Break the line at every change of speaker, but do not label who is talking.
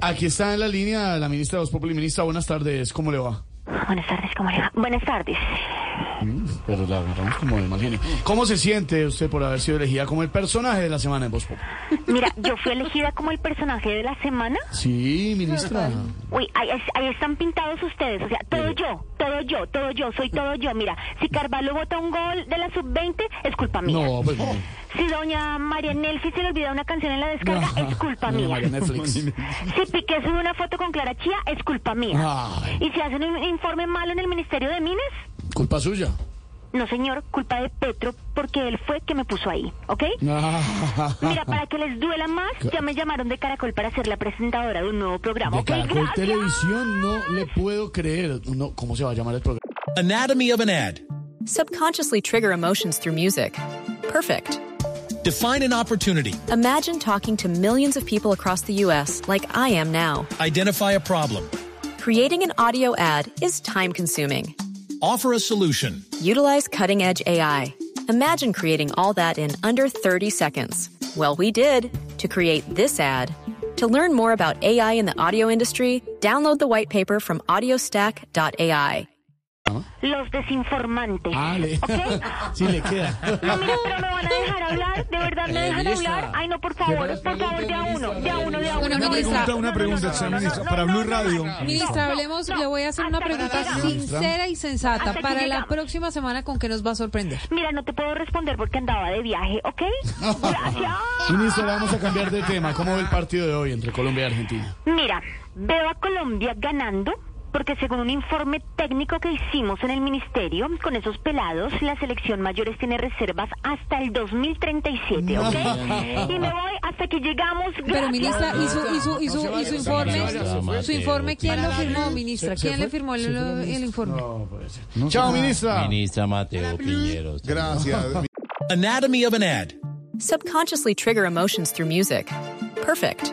Aquí está en la línea la ministra de Voz Populi. Ministra, buenas tardes. ¿Cómo le va?
Buenas tardes, ¿cómo le va? Buenas tardes.
Pero la agarramos como de mal genio. ¿Cómo se siente usted por haber sido elegida como el personaje de la semana en Voz Populi?
Mira, yo fui elegida como el personaje de la semana.
Sí, ministra.
Uy, ahí, es- ahí están pintados ustedes. O sea, todo yo, todo yo, todo yo, soy todo yo. Mira, si Carvalho bota un gol de la sub-20, es culpa mía.
No, pues no.
Si doña María Nelfi se le olvida una canción en la descarga, es culpa
Doña
mía.
María Netflix.
Si Piqué sube una foto con Clara Chía, es culpa mía.
Ay,
Y si hacen un informe malo en el Ministerio de Minas,
culpa suya.
no señor, culpa de Petro, porque él fue que me puso ahí, ¿ok?
Ah,
Mira, para que les duela más, ya me llamaron de Caracol para ser la presentadora de un nuevo programa.
De
¿ok?
Caracol
Gracias.
Televisión no le puedo creer. No, ¿Cómo se va a llamar el programa?
Anatomy of an ad.
Subconsciously trigger emotions through music. Perfect.
Define an opportunity.
Imagine talking to millions of people across the U.S. like I am now.
Identify a problem.
Creating an audio ad is time consuming.
Offer a solution.
Utilize cutting edge AI. Imagine creating all that in under 30 seconds. Well, we did to create this ad. To learn more about AI in the audio industry, download the white paper from audiostack.ai.
Los desinformantes.
Ah, le...
¿Ok?
sí, le queda.
No, mira, pero me van a dejar hablar, de verdad me dejan hablar. Ay, no, por favor, por favor, de a uno, de a uno, de a uno.
Bueno,
no,
ministra.
no, no,
Una
no,
pregunta,
no, no,
señora
no,
ministra,
no,
para
no,
Blue
no,
Radio.
no, no,
Ministra,
no,
hablemos,
no,
le voy a hacer una
hasta aquí
pregunta
llegamos.
sincera y
Hasta
sensata.
aquí
Para la
llegamos.
próxima semana, ¿con qué nos va a sorprender?
Mira, no te puedo responder porque andaba de viaje, ¿ok? Gracias.
Ministra, vamos a cambiar de tema. ¿Cómo ve el partido de hoy entre Colombia y Argentina?
Mira, veo a Colombia ganando porque según un informe técnico que hicimos en el ministerio, con esos pelados, la selección mayores tiene reservas hasta el 2037, ¿ok? Y me voy hasta que llegamos.
Pero
gracias.
ministra, ¿y su, y su, y su, y su informe? ¿Su informe quién lo firmó, ministra?
¿Se- se
¿Quién
fue?
le firmó
¿Se
el,
fue la
el
ministra?
informe?
No, puede ser. Chao, ministra.
Ministra Mateo Piñero. usted
Gracias.
Anatomy of an ad.
Subconsciously trigger emotions through music. Perfect.